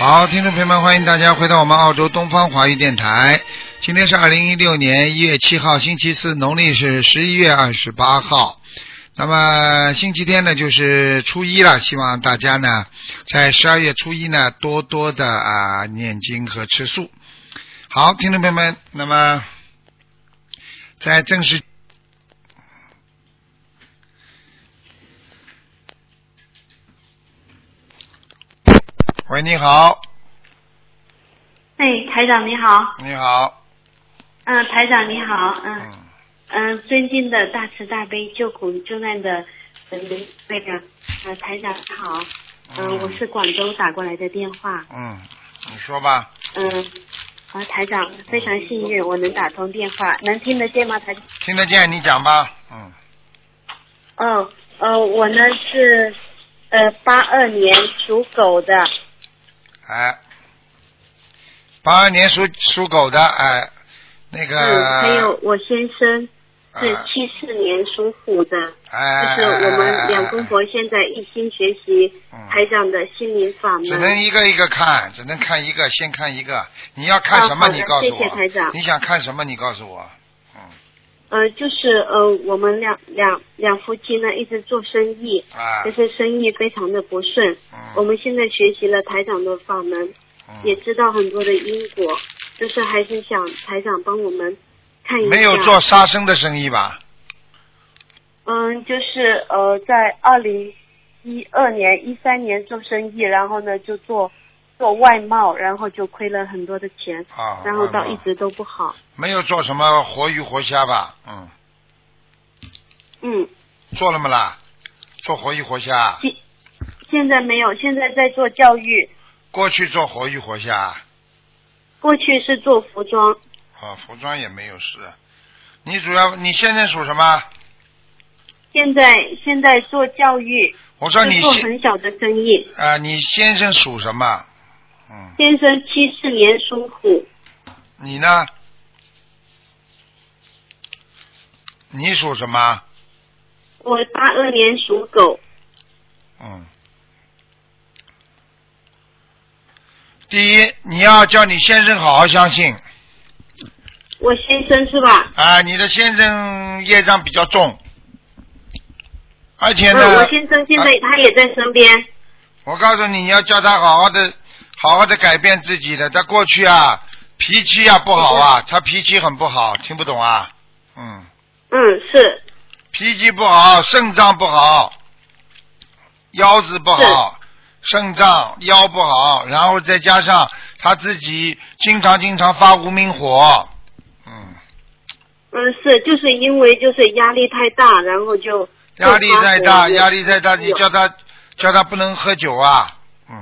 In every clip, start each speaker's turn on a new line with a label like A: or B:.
A: 好，听众朋友们，欢迎大家回到我们澳洲东方华语电台。今天是二零一六年一月七号，星期四，农历是十一月二十八号。那么星期天呢，就是初一了，希望大家呢，在十二月初一呢，多多的啊、念经和吃素。好，听众朋友们，那么在正式喂，你好，
B: 哎，台长你好，
A: 你好，
B: 嗯、台长你好，嗯
A: 嗯，
B: 嗯、尊敬的大慈大悲救苦救难的神灵那个，呃，台长你好，嗯、我是广州打过来的电话，
A: 嗯，你说吧，
B: 嗯、啊、台长非常幸
A: 嗯
B: 运我能打通电话，能听得见吗，台长？
A: 听得见，你讲吧，嗯，
B: 哦，呃，我呢是呃八二年属狗的，
A: 哎，八二年属属狗的，哎，那个，
B: 嗯，还有我先生是
A: 啊
B: 七四年属虎的。
A: 哎，
B: 就是我们两公婆现在一心学习
A: 嗯
B: 台长的心灵法
A: 只能
B: 门。
A: 一个一个看，只能看一个，先看一个。你要看什么？
B: 啊好的
A: 你告诉我。
B: 谢谢台长
A: 你想看什么？你告诉我。嗯，
B: 呃，就是呃，我们两两两夫妻呢一直做生意，
A: 啊
B: 但，是生意非常的不顺。我
A: 嗯，
B: 们现在学习了台长的法门，也
A: 嗯
B: 知道很多的因果，就是还是想台长帮我们看一下。
A: 没有做。杀生的生意吧？
B: 嗯，就是呃，在二零一二年、一三年做生意，然后呢就做做外贸，然后就亏了很多的钱。
A: 啊，
B: 然后到
A: 嗯
B: 一直都不好。
A: 没有做什么活鱼活虾吧？嗯，
B: 嗯，
A: 做了没啦？做活鱼活虾，
B: 现现在没有，现在在做教育，
A: 过去做活鱼活虾，啊、
B: 过去是做服装，
A: 服装也没有事。啊你主要你现在属什么？
B: 现在现在做教育，
A: 我说
B: 是
A: 你
B: 做
A: 先
B: 很小的生意。
A: 啊、你先生属什么？嗯，
B: 先生七四年属虎，
A: 你呢？你属什么？
B: 我八二年属狗。
A: 嗯，第一，你要叫你先生好好相信
B: 我先生是吧？
A: 啊，你的先生业障比较重，而且
B: 嗯，
A: 呢，
B: 我先生现在他也在身边。
A: 我告诉你，你要叫他好好的、好好的改变自己的。他过去啊，脾气啊不好啊，他脾气很不好，听不懂啊，嗯，
B: 嗯，是
A: 脾气不好，肾脏不好，腰子不好，肾脏腰不好，然后再加上他自己经常经常发无名火，嗯，
B: 嗯是，就是因为就是压力太大，然后就
A: 压力太大，压
B: 力
A: 力太大，你
B: 有
A: 叫他叫他不能喝酒啊，嗯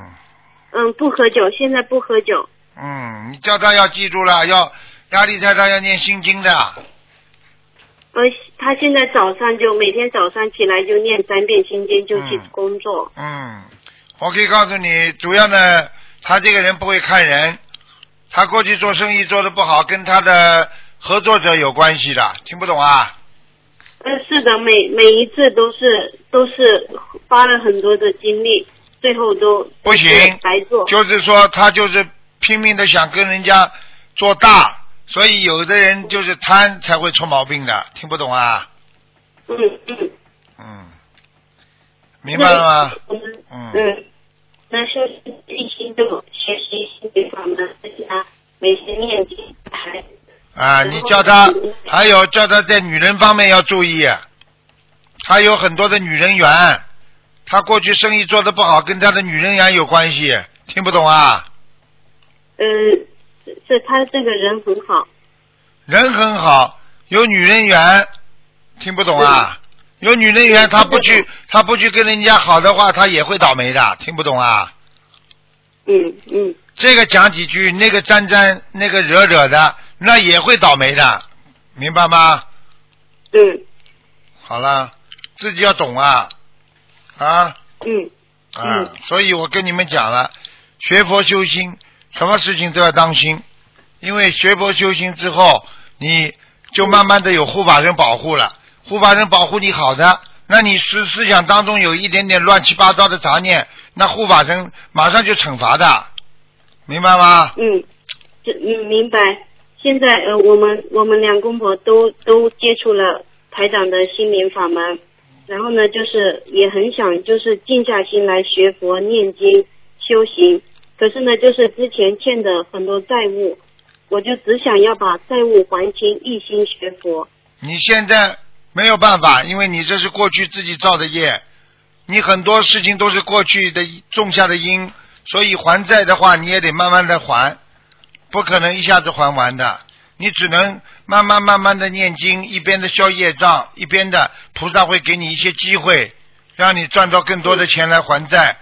B: 嗯不喝酒，现在不喝酒。
A: 嗯，你叫他要记住了，要压力太大要念心经的，
B: 呃，他现在早上就每天早上起来就念三遍心经，就去
A: 嗯
B: 工作。
A: 嗯，我可以告诉你，主要呢，他这个人不会看人，他过去做生意做的不好，跟他的合作者有关系的，听不懂啊？
B: 嗯、呃，是的，每每一次都是都是花了很多的精力，最后都
A: 不行
B: 都是白做。
A: 就是说他就是拼命的想跟人家做大，所以有的人就是贪才会出毛病的，听不懂啊？
B: 嗯嗯，
A: 嗯，明白了吗？
B: 那我们
A: 嗯
B: 嗯，那是一心就学习心理法门，而且他每天念经还
A: 啊，你叫他，还有叫他在女人方面要注意，他有很多的女人缘，他过去生意做的不好，跟他的女人缘有关系，听不懂啊？
B: 嗯，这他这个人很好。
A: 人很好，有女人缘，听不懂啊？有女人缘，他不去，他不去跟人家好的话，他也会倒霉的，听不懂啊？
B: 嗯嗯
A: 这个讲几句，那个沾沾，那个惹惹的，那也会倒霉的，明白吗？
B: 嗯
A: 好了，自己要懂啊，啊
B: 嗯
A: 啊
B: 嗯！
A: 所以我跟你们讲了，学佛修心，什么事情都要当心，因为学佛修心之后，你就慢慢的有护法神保护了，护法神保护你好的，那你思思想当中有一点点乱七八糟的杂念，那护法神马上就惩罚的，明白吗？
B: 嗯，这嗯明白。现在呃，我们我们两公婆都都接触了台长的心灵法门，然后呢，就是也很想就是静下心来学佛、念经、修行。可是呢，就是之前欠的很多债务，我就只想要把债务还清，一心学佛。
A: 你现在没有办法，因为你这是过去自己造的业，你很多事情都是过去的种下的因，所以还债的话，你也得慢慢的还，不可能一下子还完的。你只能慢慢慢慢的念经，一边的消业障，一边的菩萨会给你一些机会，让你赚到更多的钱来还债。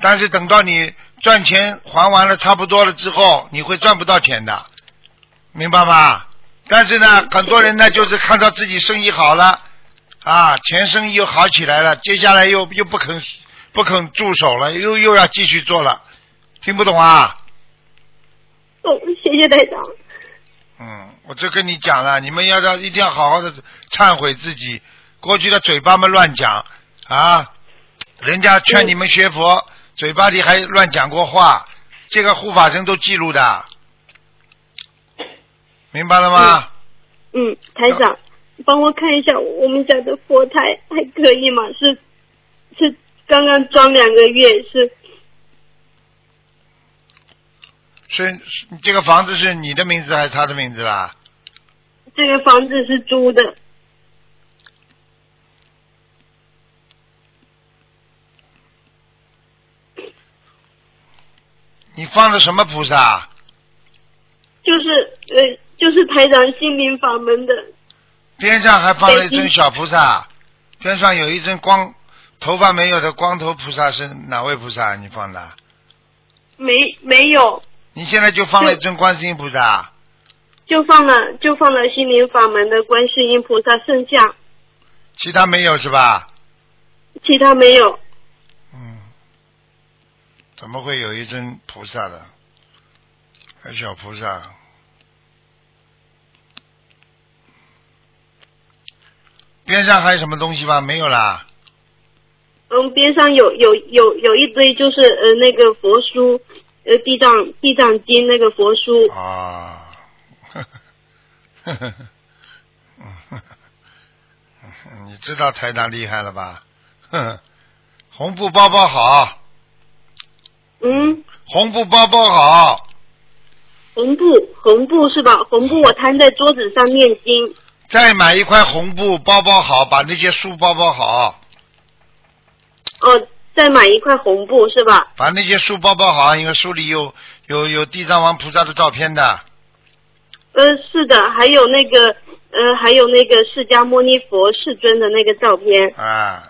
A: 但是等到你赚钱还完了差不多了之后，你会赚不到钱的，明白吗？但是呢，很多人呢就是看到自己生意好了，啊，钱生意又好起来了，接下来又又不肯不肯住手了，又又要继续做了，听不懂啊？
B: 哦，谢谢台长。
A: 嗯，我就跟你讲了，你们要要一定要好好的忏悔自己过去的嘴巴们乱讲啊，人家劝你们学佛，嘴巴里还乱讲过话，这个护法神都记录的，明白了吗？
B: 嗯，台长，帮我看一下我们家的佛台还可以吗？是是刚刚装两个月，是
A: 所以是这个房子是你的名字还是他的名字啦？
B: 这个房子是租的。
A: 你放的什么菩萨？
B: 就是呃，就是台长心灵法门的，
A: 边上还放了一尊小菩萨，边上有一尊光头发没有的光头菩萨是哪位菩萨？你放的？
B: 没没有，
A: 你现在就放了一尊观世音菩萨，
B: 就放了就放了心灵法门的观世音菩萨圣像，
A: 其他没有是吧？
B: 其他没有。
A: 嗯，怎么会有一尊菩萨的？还小菩萨？边上还有什么东西吧？没有啦。
B: 嗯，边上有有有有一堆就是呃那个佛书，呃地藏地藏经那个佛书，
A: 啊， 呵呵呵呵嗯呵呵嗯你知道台长厉害了吧？ 哼，红布包包好，
B: 嗯，
A: 红布包包好，
B: 红布红布是吧？红布我摊在桌子上念经，
A: 再买一块红布包包好，把那些书包包好，
B: 哦，再买一块红布是吧？
A: 把那些书包包好，啊因为书里有有有地藏王菩萨的照片的。
B: 呃，是的，还有那个呃还有那个释迦牟尼佛世尊的那个照片，
A: 啊，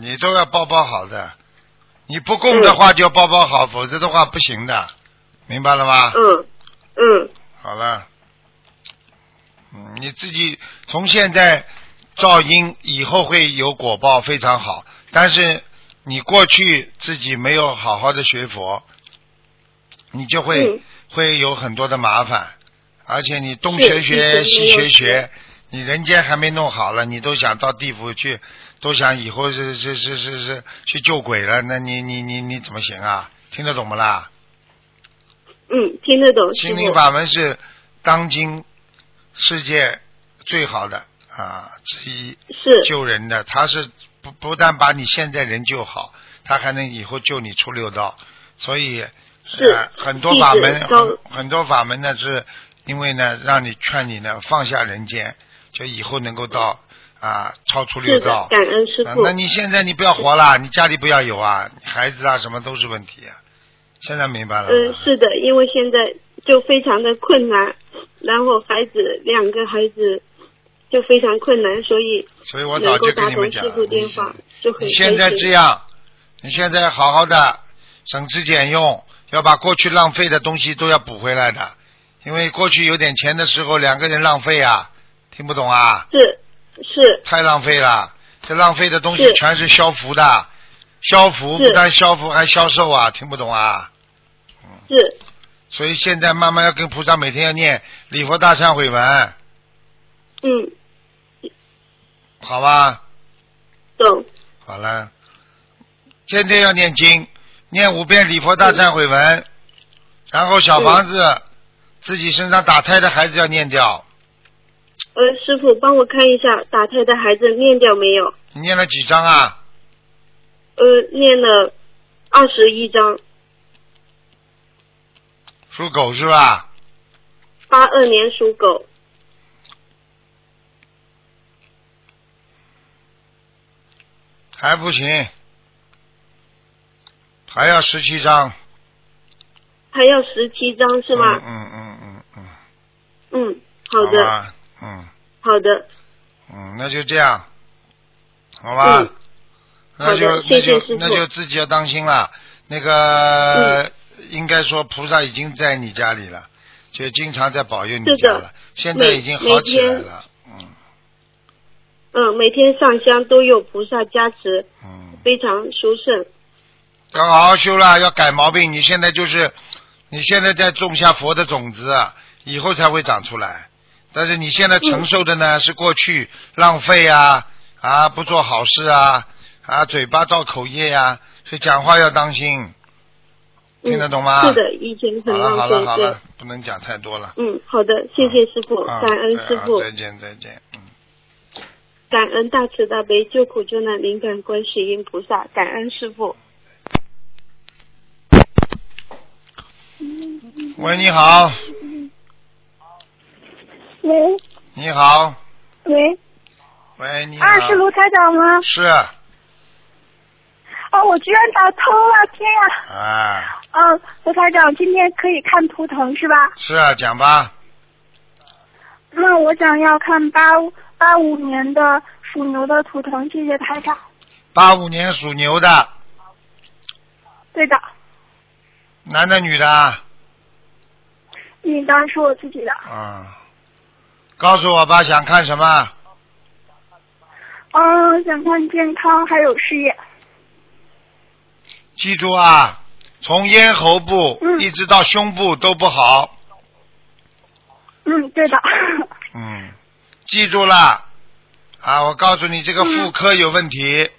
A: 你都要包包好的，你不供的话就包包好，否则的话不行的，明白了吗？
B: 嗯嗯。
A: 好了，嗯，你自己从现在造因，以后会有果报，非常好。但是你过去自己没有好好的学佛，你就会、
B: 嗯
A: 会有很多的麻烦，而且你东学学
B: 是以前没
A: 西
B: 有
A: 学学
B: 学，
A: 你人间还没弄好了，你都想到地府去，都想以后是是是是是去救鬼了，那你你你你怎么行啊？听得懂不啦？
B: 嗯，听得懂师
A: 心
B: 傅。
A: 灵法门是当今世界最好的啊之一，
B: 是
A: 救人的，它是不不但把你现在人救好，它还能以后救你出六道，所以
B: 是
A: 呃、很多法门
B: 弟子都
A: 很很多法门呢是因为呢让你劝你呢放下人间，就以后能够到啊超出六
B: 是的
A: 道，。
B: 感恩师
A: 啊
B: 傅。
A: 那你现在你不要活了，你家里不要有啊，你孩子啊什么都是问题、啊。现在明白了吗？
B: 嗯，是的，因为现在就非常的困难，然后孩子两个孩子就非常困难，所以
A: 所以我早
B: 能
A: 就
B: 够
A: 跟
B: 打
A: 你
B: 通
A: 们讲
B: 师
A: 了，
B: 傅电话就很
A: 你
B: 开
A: 现在这
B: 心。
A: 样，你现在好好的省吃俭用，要把过去浪费的东西都要补回来的，因为过去有点钱的时候，两个人浪费啊，听不懂啊，
B: 是是
A: 太浪费了，这浪费的东西
B: 是
A: 全是消福的，消福
B: 是
A: 不但消福还消瘦啊，听不懂啊，
B: 是
A: 所以现在慢慢要跟菩萨每天要念礼佛大忏悔文，
B: 嗯，
A: 好吧？
B: 懂
A: 好了，天天要念经，念五遍礼佛大忏悔文，然后小房子自己身上打胎的孩子要念掉，
B: 呃，师傅帮我看一下打胎的孩子念掉没有？
A: 你念了几张啊？
B: 呃，念了二十一章，
A: 属狗是吧？
B: 八二年属狗，
A: 还不行，还要十七张
B: 还要十七章是吗？
A: 嗯嗯嗯嗯
B: 嗯，好
A: 嗯，
B: 的，
A: 吧，嗯
B: 好的，
A: 嗯，那就这样，好吧？
B: 嗯
A: 那就
B: 好的
A: 那
B: 谢谢
A: 就
B: 师傅
A: 那就自己要当心了。那个、
B: 嗯
A: 应该说菩萨已经在你家里了，就经常在保佑你
B: 是
A: 家
B: 的
A: 了。现在
B: 每
A: 已经
B: 每
A: 好起来
B: 天
A: 了，嗯
B: 嗯，每天上香都有菩萨加持，
A: 嗯。
B: 非常殊胜。
A: 要好好修了，要改毛病。你现在就是，你现在在种下佛的种子，啊，以后才会长出来。但是你现在
B: 嗯
A: 承受的呢，是过去浪费啊啊，不做好事啊啊，嘴巴造口业呀、所以讲话要当心。
B: 嗯
A: 听得懂吗
B: 是的，以前
A: 好
B: 很
A: 了好
B: 浪
A: 了
B: 费，
A: 好
B: 对
A: 了。，不能讲太多了。
B: 嗯，好的，谢谢师傅，
A: 啊，
B: 感恩
A: 对
B: 师
A: 啊
B: 傅，
A: 再见再见。嗯，
B: 感恩大慈大悲救苦救难灵感观世音菩萨，感恩师傅。
A: 喂，你好，
C: 喂
A: 你好，
C: 喂，
A: 喂，你好。
C: 啊，是卢台长吗？
A: 是啊
C: 哦，我居然打通了，天呀！
A: 啊，
C: 啊，卢台长，今天可以看图腾是吧？
A: 是啊，讲吧。
C: 那我想要看八八五年的属牛的图腾，谢谢台长。
A: 八五年属牛的，
C: 对的，
A: 男的女的啊？
C: 你当然是我自己的。
A: 啊，告诉我吧，想看什么？
C: 嗯，想看健康还有事业。
A: 记住啊，从咽喉部
C: 嗯
A: 一直到胸部都不好。
C: 嗯，对的。
A: 嗯，记住了。啊，我告诉你，这个妇
C: 嗯
A: 科有问题。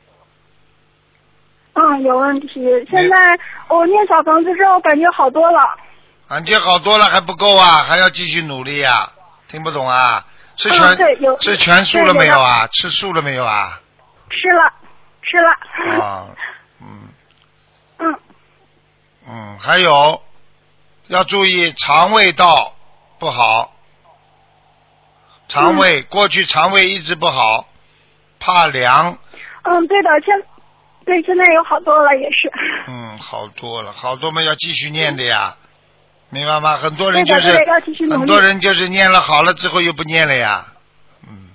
C: 嗯，有问题。现在我念小房子之后，感觉好多了。
A: 啊，你好多了还不够啊，还要继续努力呀、听不懂啊？吃全、
C: 嗯对有
A: 吃全素了没有啊？吃素了没有啊？
C: 吃了，吃了。
A: 啊，嗯
C: 嗯，
A: 嗯，还有要注意肠胃道不好，肠胃、
C: 嗯
A: 过去肠胃一直不好，怕凉，
C: 嗯，对的，现对现在有好多了，也是。
A: 嗯，好多了，好多嘛要继续念的呀，明白吗？很多人
C: 对
A: 就
C: 的
A: 是
C: 对的要继续努力
A: 很多人就是念了好了之后又不念了呀，嗯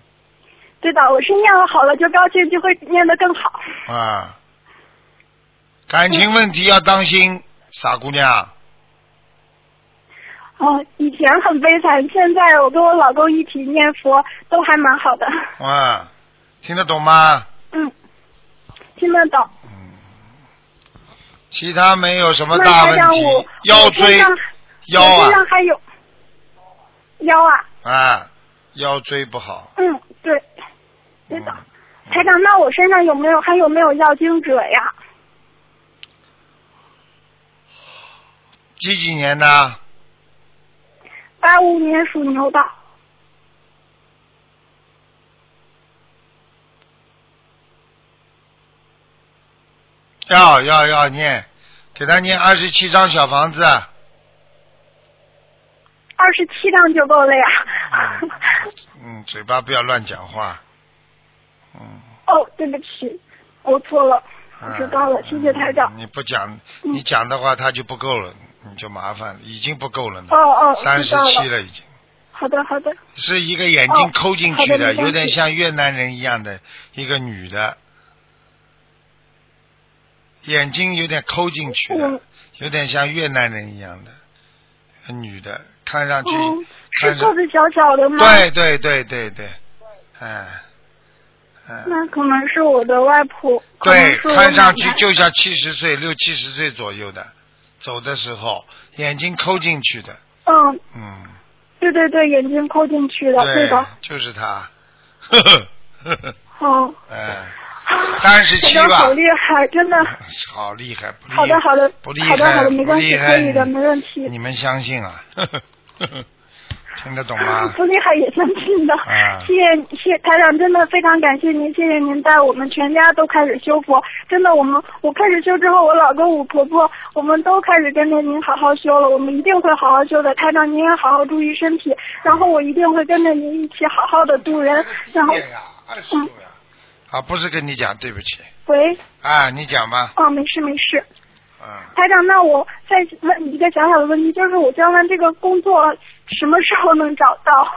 C: 对的，我是念了好了，就高兴就会念得更好。
A: 啊，感情问题要当心，傻姑娘。
C: 哦，以前很悲惨，现在我跟我老公一起念佛，都还蛮好的。
A: 啊，听得懂吗？
C: 嗯，听得懂。
A: 其他没有什么
C: 那
A: 大
C: 台
A: 问
C: 长，
A: 题
C: 我，
A: 腰
C: 我身
A: 椎
C: 上
A: 腰
C: 我身
A: 啊
C: 上还有腰啊，
A: 啊，腰椎不好。
C: 嗯，对，对的。
A: 嗯
C: 台长，那我身上有没有还有没有要经者呀？
A: 几几年的？
C: 八五年属牛的，
A: 要要要念，给他念二十七张小房子。啊
C: 二十七张就够了呀。
A: 嗯，嘴巴不要乱讲话。嗯，
C: 哦，对不起，我错了，我
A: 啊嗯
C: 知道了，谢谢台长。
A: 你不讲，你讲的话他就不够了，你就麻烦了，已经不够了呢
C: 哦。哦，我
A: 嗯三
C: 知
A: 十
C: 道
A: 七
C: 了。
A: 了已经。
C: 好的，好的。
A: 是一个眼睛抠进去
C: 哦好
A: 的，
C: 的没关系
A: 有点像越南人一样的一个女的，眼睛有点抠进去的
C: 嗯，
A: 有点像越南人一样的女的，看上去
C: 嗯，是
A: 看
C: 个
A: 上
C: 子小小的吗？。
A: 对对对对对，嗯嗯，
C: 那可能是我的外婆。可能
A: 对，
C: 是我
A: 看上
C: 奶
A: 去
C: 奶
A: 就像七十岁、六七十岁左右的，走的时候眼睛抠进去的，
C: 嗯，
A: 嗯，
C: 对对对，眼睛抠进去的，对
A: 对
C: 的。，
A: 就是她，呵呵呵呵，
C: 哦，
A: 哎。三十七
C: 台长
A: 吧
C: 好。厉害，真的。
A: 好厉害，不厉害？
C: 哎好的，好的，
A: 不厉
C: 好的，好
A: 害，
C: 的，没
A: 不
C: 关系，
A: 厉
C: 可
A: 害。
C: 以的，没问题。
A: 你们相信 啊？听得懂吗？
C: 不厉害也相信的
A: 啊，
C: 谢谢谢台长，真的非常感谢您，谢谢您带我们全家都开始修佛，真的我们我开始修之后，我老公我婆婆我们都开始跟着您好好修了，我们一定会好好修的，台长您也好好注意身体，然后我一定会跟着您一起好好的度
A: 嗯
C: 人，然后
A: 对呀，二十六呀。啊，不是跟你讲，对不起。
C: 喂，
A: 啊，你讲吧。
C: 哦没事没事，
A: 嗯，
C: 台长，那我再问一个小小的问题，就是我将来这个工作什么时候能找到？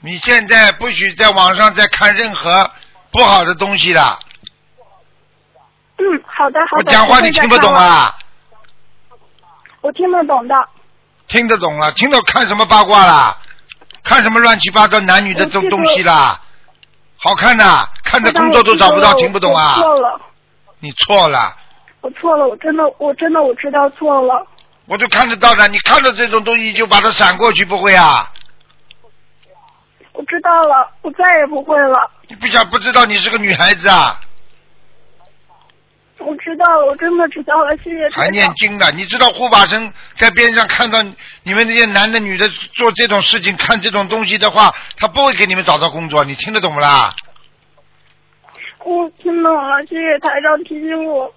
A: 你现在不许在网上再看任何不好的东西了。
C: 嗯，好的好
A: 我
C: 的，
A: 讲话
C: 会
A: 你
C: 再
A: 听不
C: 看
A: 懂
C: 了？
A: 啊？
C: 我听得懂的。
A: 听得懂了，听到看什么八卦啦？看什么乱七八糟男女的这种东西啦？好看呐、看着工作都找不到，听不懂啊
C: 我？错了，
A: 你错了，
C: 我错了，我真的，我真的我知道错了。
A: 我都看得到的。你看到这种东西就把它闪过去，不会啊？
C: 我知道了，我再也不会了。
A: 你不想不知道你是个女孩子啊？
C: 我知道了，我真的知道了。谢谢台
A: 还念
C: 长。
A: 经的？你知道护法神在边上看到你们这些男的女的做这种事情、看这种东西的话，他不会给你们找到工作。你听得懂不啦？
C: 我听懂了，谢谢台长提醒我。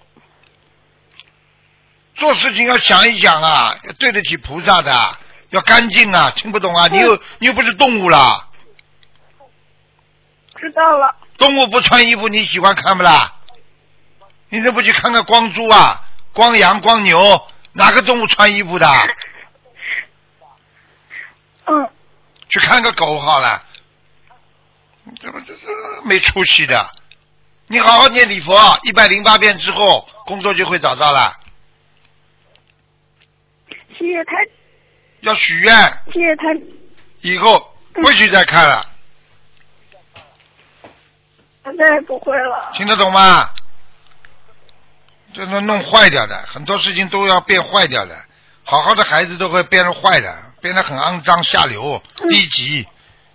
A: 做事情要想一想啊，要对得起菩萨的，要干净啊，听不懂啊？你又你又不是动物啦，
C: 知道了，
A: 动物不穿衣服你喜欢看不啦？你怎么不去看看光猪啊、光羊、光牛，哪个动物穿衣服的？
C: 嗯，
A: 去看个狗好了。你怎么这这没出息的？你好好念礼佛，一百零八遍之后，工作就会找到了。
C: 谢谢台，
A: 要许愿，
C: 谢谢台，
A: 以后不许再看了，
C: 我再也不会了。
A: 听得懂吗？这能弄坏掉的，很多事情都要变坏掉的。好好的孩子都会变得坏的，变得很肮脏、下流、低级。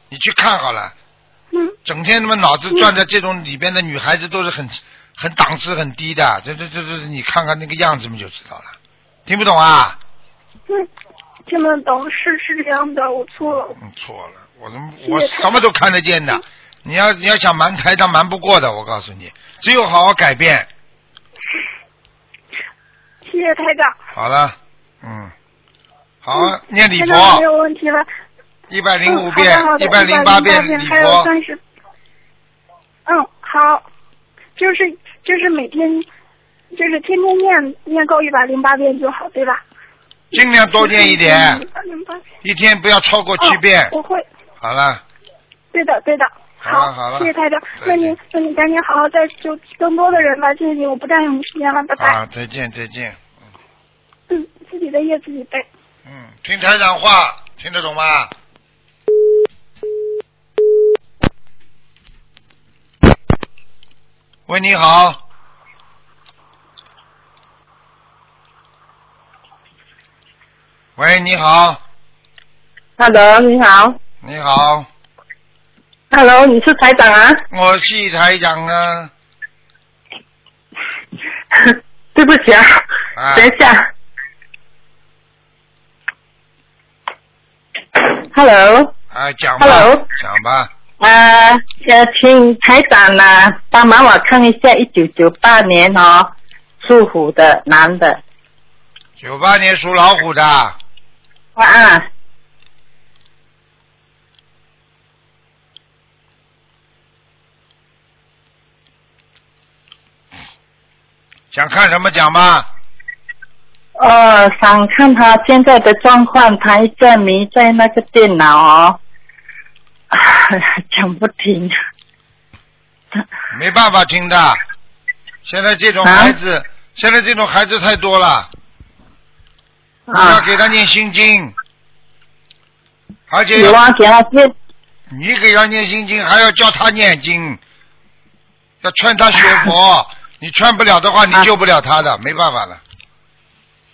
A: 你去看好了，
C: 嗯，
A: 整天他妈脑子转在这种里边的女孩子都是很很档次很低的，这这这这你看看那个样子你就知道了，听不懂啊？
C: 嗯，听得懂，是是这样的，我错了。
A: 嗯，错了，我什么
C: 谢谢
A: 我
C: 台长
A: 什么都看得见的，你要你要想瞒台长瞒不过的，我告诉你，只有好好改变。
C: 谢谢台长。
A: 好了，嗯，好啊
C: 嗯
A: 念礼
C: 台长没
A: 佛
C: 有问题了。
A: 一百零五
C: 嗯
A: 遍
C: 好、
A: 一
C: 的
A: 百
C: 好的
A: 零
C: 108
A: 遍
C: 遍
A: 礼
C: 还有
A: 佛，
C: 三十。嗯，好，就是就是每天，就是天天念念够一百零八遍就好，对吧？
A: 尽量多念一点
C: 一，百零八遍。
A: 一天不要超过七遍
C: 嗯。我会，
A: 好了，
C: 对的，对的。
A: 好了好了
C: 谢谢台长。
A: 再见
C: 那您，那您赶紧好好再救更多的人吧，谢谢您，我不占用您时间了，拜拜。
A: 啊，再见再见。
C: 嗯，自己的业自己背。
A: 嗯，听台长话，听得懂吗？喂，你好。喂，你好，
D: Hello，你好。
A: 你好，
D: Hello，你是台长啊？
A: 我是台长啊。
D: 对不起啊，
A: 啊
D: 等一下。Hello，
A: 啊，讲吧
D: Hello
A: 讲吧。
D: 呃，呃，请台长呢、帮忙我看一下，一九九八年哦，属虎的男的
A: 九八年属老虎的，
D: 啊，
A: 想看什么讲吧。
D: 呃，想看他现在的状况，他一直迷在那个电脑哦，啊讲不停。
A: 没办法听的。现在这种
D: 啊
A: 孩子，现在这种孩子太多了，你
D: 啊
A: 要，给他念心经，而且
D: 有啊，给他念
A: 你给他念心经，还要叫他念经，要劝他学 佛。你劝不了的话，你
D: 啊
A: 救不了他的，没办法了。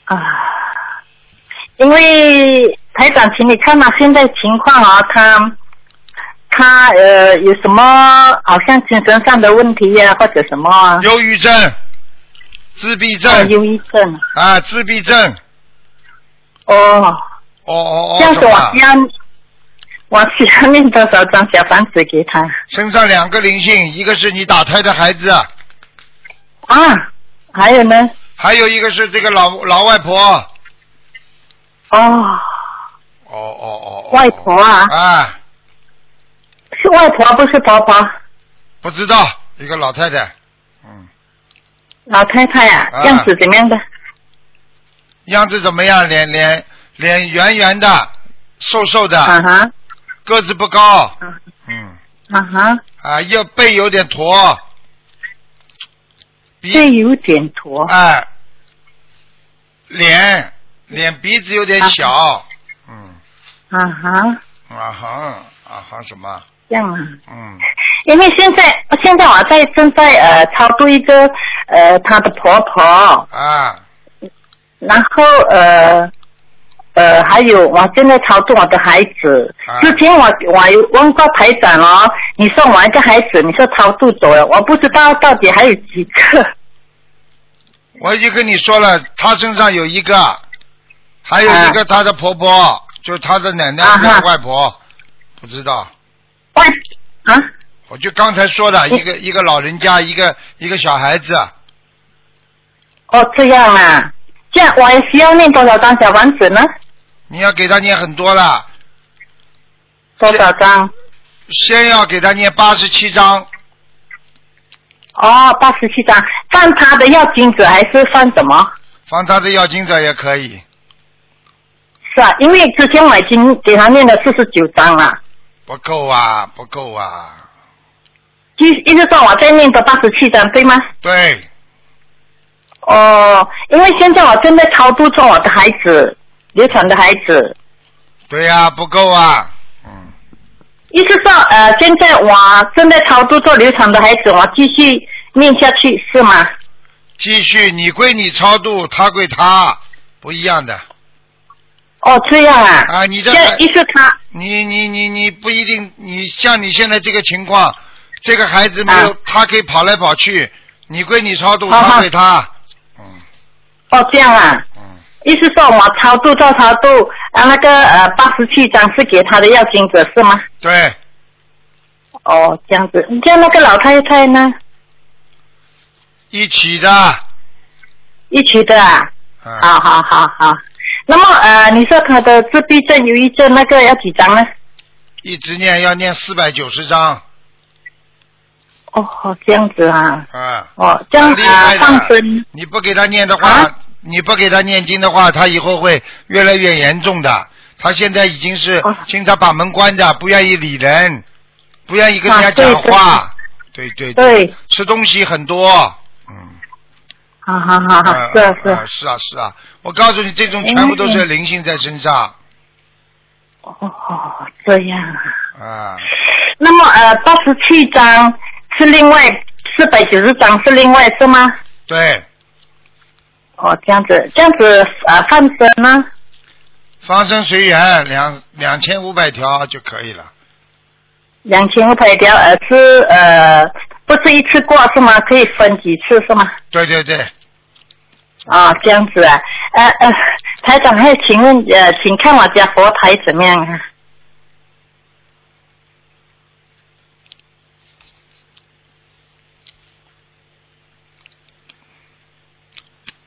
D: 啊，因为台长，请你看嘛，现在情况啊，他他呃有什么好像精神上的问题呀、或者什么啊？
A: 忧郁症、自闭
D: 啊
A: 症
D: 忧郁症。
A: 啊，自闭症，
D: 哦，
A: 哦哦哦，
D: 这样子
A: 什
D: 我
A: 么
D: 需要我需要念多少张小房子给他？
A: 身上两个灵性，一个是你打胎的孩子，
D: 啊，还有呢？
A: 还有一个是这个老老外婆。
D: 哦，
A: 哦哦哦，
D: 外婆啊
A: 啊，
D: 是外婆不是婆婆，
A: 不知道一个老太太，嗯，
D: 老太太啊，
A: 啊
D: 这样子怎么样的？
A: 样子怎么样？脸脸脸圆圆的，瘦瘦的，
D: 啊哈，
A: 个子不高，
D: 啊
A: 嗯，
D: 啊哈，
A: 啊，右背有点驼，鼻
D: 这有点驼。
A: 哎、脸脸鼻子有点小，嗯，
D: 啊哈，
A: 啊哈啊哈什么？
D: 这样啊。
A: 嗯，
D: 因为现在现在我在正在呃超度一个呃她的婆婆，
A: 啊
D: 然后呃呃还有我现在超度我的孩子。
A: 啊
D: 之前我我有问过台长哦，你说我一个孩子，你说超度走了，我不知道到底还有几个。
A: 我已经跟你说了，她身上有一个，还有一个她的婆婆，就是她的奶奶
D: 啊
A: 跟
D: 哈
A: 外婆，不知道。
D: 喂，啊
A: 我就刚才说的，
D: 嗯
A: 一个一个老人家，一个一个小孩子，
D: 哦这样啊，这样我也需要念多少张小房子呢？
A: 你要给他念很多了，
D: 多少张？
A: 先要给他念八十七章，
D: 哦，八十七张，放他的要金子还是放什么？
A: 放他的要经者也可以，
D: 是啊，因为之前我已经给他念了四十九章了，
A: 不够啊，不够啊，
D: 就意思说我再念个八十七章，对吗？
A: 对，
D: 哦，因为现在我正在超度中我的孩子，流产的孩子，
A: 对呀、不够啊，嗯，
D: 意思说呃，现在我正在超度做流产的孩子，我继续念下去是吗？
A: 继续，你归你超度，他归他，不一样的，
D: 哦，这样啊。
A: 啊你这
D: 这样意思他
A: 你你你你不一定，你像你现在这个情况，这个孩子没有，
D: 啊
A: 他可以跑来跑去，你归你超度，
D: 好
A: 他
D: 好
A: 归他，嗯
D: 哦这样啊，
A: 嗯。
D: 意思说我超度做超度啊那个呃八十七章是给他的要金子是吗？
A: 对，
D: 哦，这样子，这样那个老太太呢？
A: 一起的。啊
D: 一起的啊。
A: 嗯、
D: 好好好好。那么呃，你说他的自闭症、忧郁症那个要几张呢？
A: 一直念要念四百九十章，
D: 哦，这样子啊，
A: 啊、
D: 哦，这样
A: 很厉害
D: 啊，
A: 的
D: 上升
A: 你不给他念的话，
D: 啊
A: 你不给他念经的话，他以后会越来越严重的。他现在已经是
D: 哦
A: 经常把门关着，不愿意理人，不愿意跟人家
D: 啊对
A: 讲话，对对
D: 对，
A: 吃东西很多，嗯，
D: 好好好
A: 啊
D: 好，是啊是
A: 啊
D: 啊，
A: 是啊是啊，我告诉你，这种全部都是灵性在身上
D: 哦，这样啊。
A: 啊，
D: 那么呃，八十七张是另外四百九十张是另外是吗？
A: 对，
D: 哦，这样子，这样子呃，放生呢？
A: 放生随缘，两两千五百条就可以了，
D: 两千五百条，呃是呃不是一次过是吗？可以分几次是吗？
A: 对对对。
D: 啊、这样子啊，呃呃，台长，还有请问呃，请看我家佛台怎么样啊？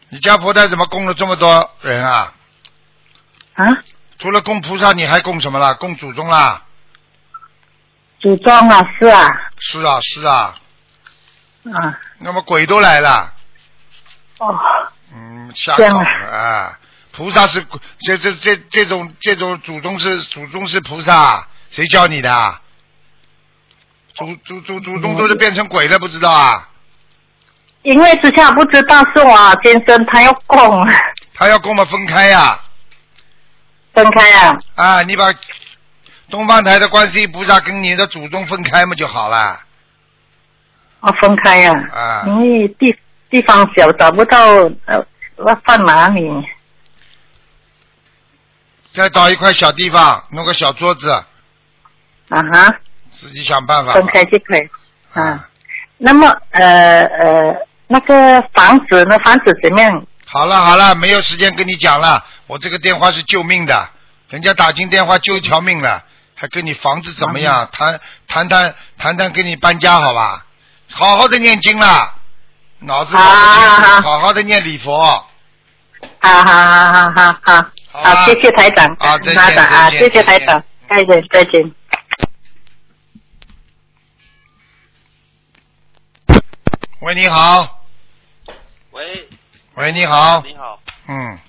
A: 你家佛台怎么供了这么多人啊？
D: 啊，
A: 除了供菩萨，你还供什么啦？供祖宗啦？
D: 组装啊，是啊，
A: 是啊，是啊。
D: 啊，
A: 那么鬼都来了，
D: 哦，
A: 嗯，吓
D: 这
A: 到
D: 样
A: 了
D: 啊
A: 啊！菩萨是鬼这这这这种这种祖宗是祖宗是菩萨，谁教你的？祖祖祖祖宗都是变成鬼了，不知道啊？
D: 因为之前我不知道是我先生他要供啊
A: 他要跟我们分开呀、
D: 分开啊，
A: 啊！你把东方台的观世音菩萨跟你的祖宗分开嘛就好了
D: 哦，分开啊，
A: 啊！
D: 因为地地方小找不到呃要放哪里
A: 再找一块小地方，弄个小桌子，
D: 啊哈，
A: 自己想办法吧。
D: 分开就可以。嗯
A: 啊，，
D: 那么呃呃，那个房子呢？房子怎么样？
A: 好了好了，没有时间跟你讲了。我这个电话是救命的，人家打进电话救一条命了，还跟你房子怎么样？谈谈谈谈谈跟你搬家好吧？好好的念经啦，脑子好好地
D: 好好好
A: 好好的念礼佛。
D: 好好好好好
A: 好
D: 好，
A: 啊
D: 好，谢谢台长，
A: 啊再见
D: 妈的啊，
A: 再
D: 谢
A: 见
D: 谢台长，再见再见。
A: 喂，你好，
E: 喂，
A: 喂，你好，
E: 你好，
A: 嗯，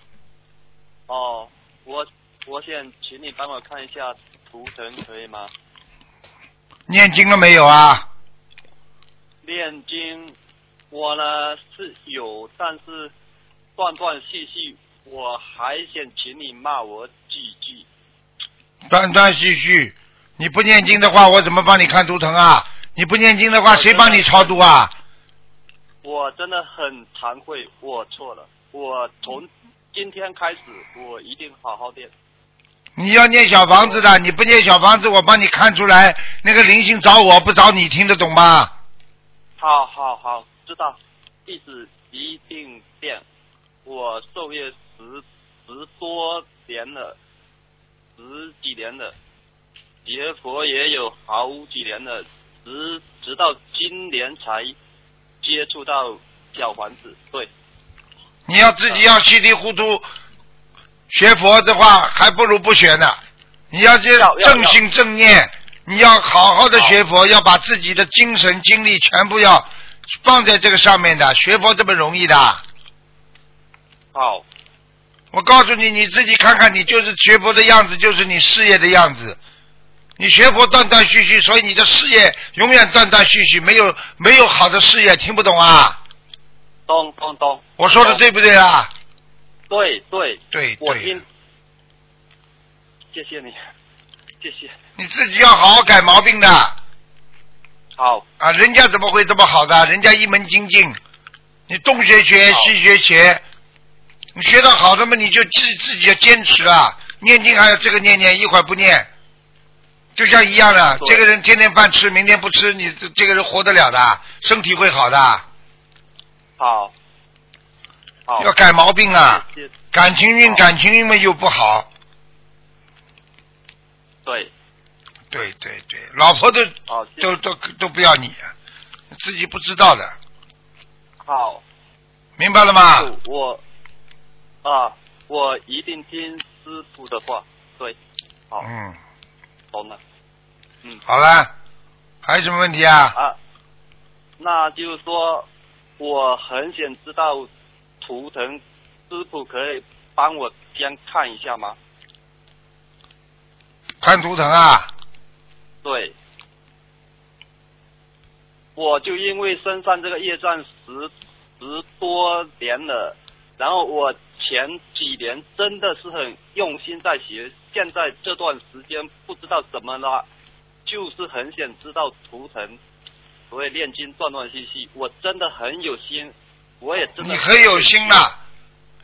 E: 哦，我我想请你帮我看一下图腾可以吗？
A: 念经了没有啊？
E: 念经，我呢是有，但是断断续续，我还想请你骂我几句。
A: 断断续续，你不念经的话，我怎么帮你看图腾啊？你不念经的话，谁帮你超度啊？
E: 我真的很惭愧，我错了，我从今天开始，我一定好好念。
A: 你要念小房子的，你不念小房子，我帮你看出来那个灵性找我不找你，听得懂吗？
E: 好好好，知道，地址一定变。我受业十十多年了，十几年了，学佛也有好几年了，直直到今年才接触到小房子。对，
A: 你要自己要稀里糊涂学佛的话，还不如不学呢。你要是
E: 要要
A: 正心正念，你要好好的学佛，要把自己的精神精力全部要放在这个上面的。学佛这么容易的？
E: 好，
A: 我告诉你，你自己看看，你就是学佛的样子，就是你事业的样子。你学佛断断续续，所以你的事业永远断断续续，没有没有好的事业，听不懂啊？
E: 咚咚咚，
A: 我说的对不对啊？
E: 对对，
A: 对
E: 我
A: 对
E: 听，，谢谢你，谢谢，
A: 你自己要好好改毛病的啊！
E: 好，
A: 人家怎么会这么好的？人家一门精进，你东学学
E: 好
A: 西学学，你学到好的嘛，你就自自己要坚持啊！念经还要这个念念，一会儿不念，就像一样的，
E: 对
A: 这个人天天饭吃，明天不吃，你这这个人活得了的，身体会好的，
E: 好，好，
A: 要改毛病啊！
E: 谢谢，
A: 感情运
E: 好
A: 感情运嘛又不好，
E: 对，
A: 对对对，老婆都
E: 好，谢谢
A: 都都都不要你，啊自己不知道的，
E: 好，
A: 明白了吗？
E: 我啊，我一定听师傅的话。对，好，
A: 嗯，
E: 懂了
A: 好了，还有什么问题啊？
E: 啊。那就是说，我很想知道图腾，师傅可以帮我先看一下吗？
A: 看图腾啊，
E: 对，我就因为身上这个业障十十多年了，然后我前几年真的是很用心在学，现在这段时间不知道怎么了，就是很想知道图腾，所以念经断断续续，我真的很有心，我也真的
A: 你很有心啊呐、